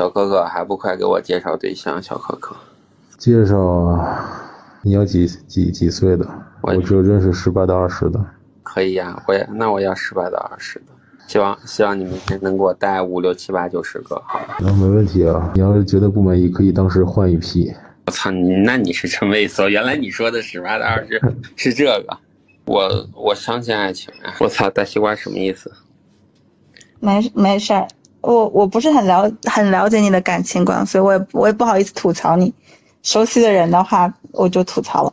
小可可，还不快给我介绍对象？小可可，介绍啊，你要几几几岁的？我我只有认识十八到二十的。可以呀、我也那我要十八到二十的，希望希望你明天能给我带五六七八九十个，好吧？然后没问题啊，你要是觉得不满意，可以当时换一批。我操，你那你是真猥琐！原来你说的十八到二十是这个，我我相信爱情呀、我操，大西瓜什么意思？没没事儿，我我不是很了很了解你的感情观，所以我也我也不好意思吐槽你。熟悉的人的话，我就吐槽了。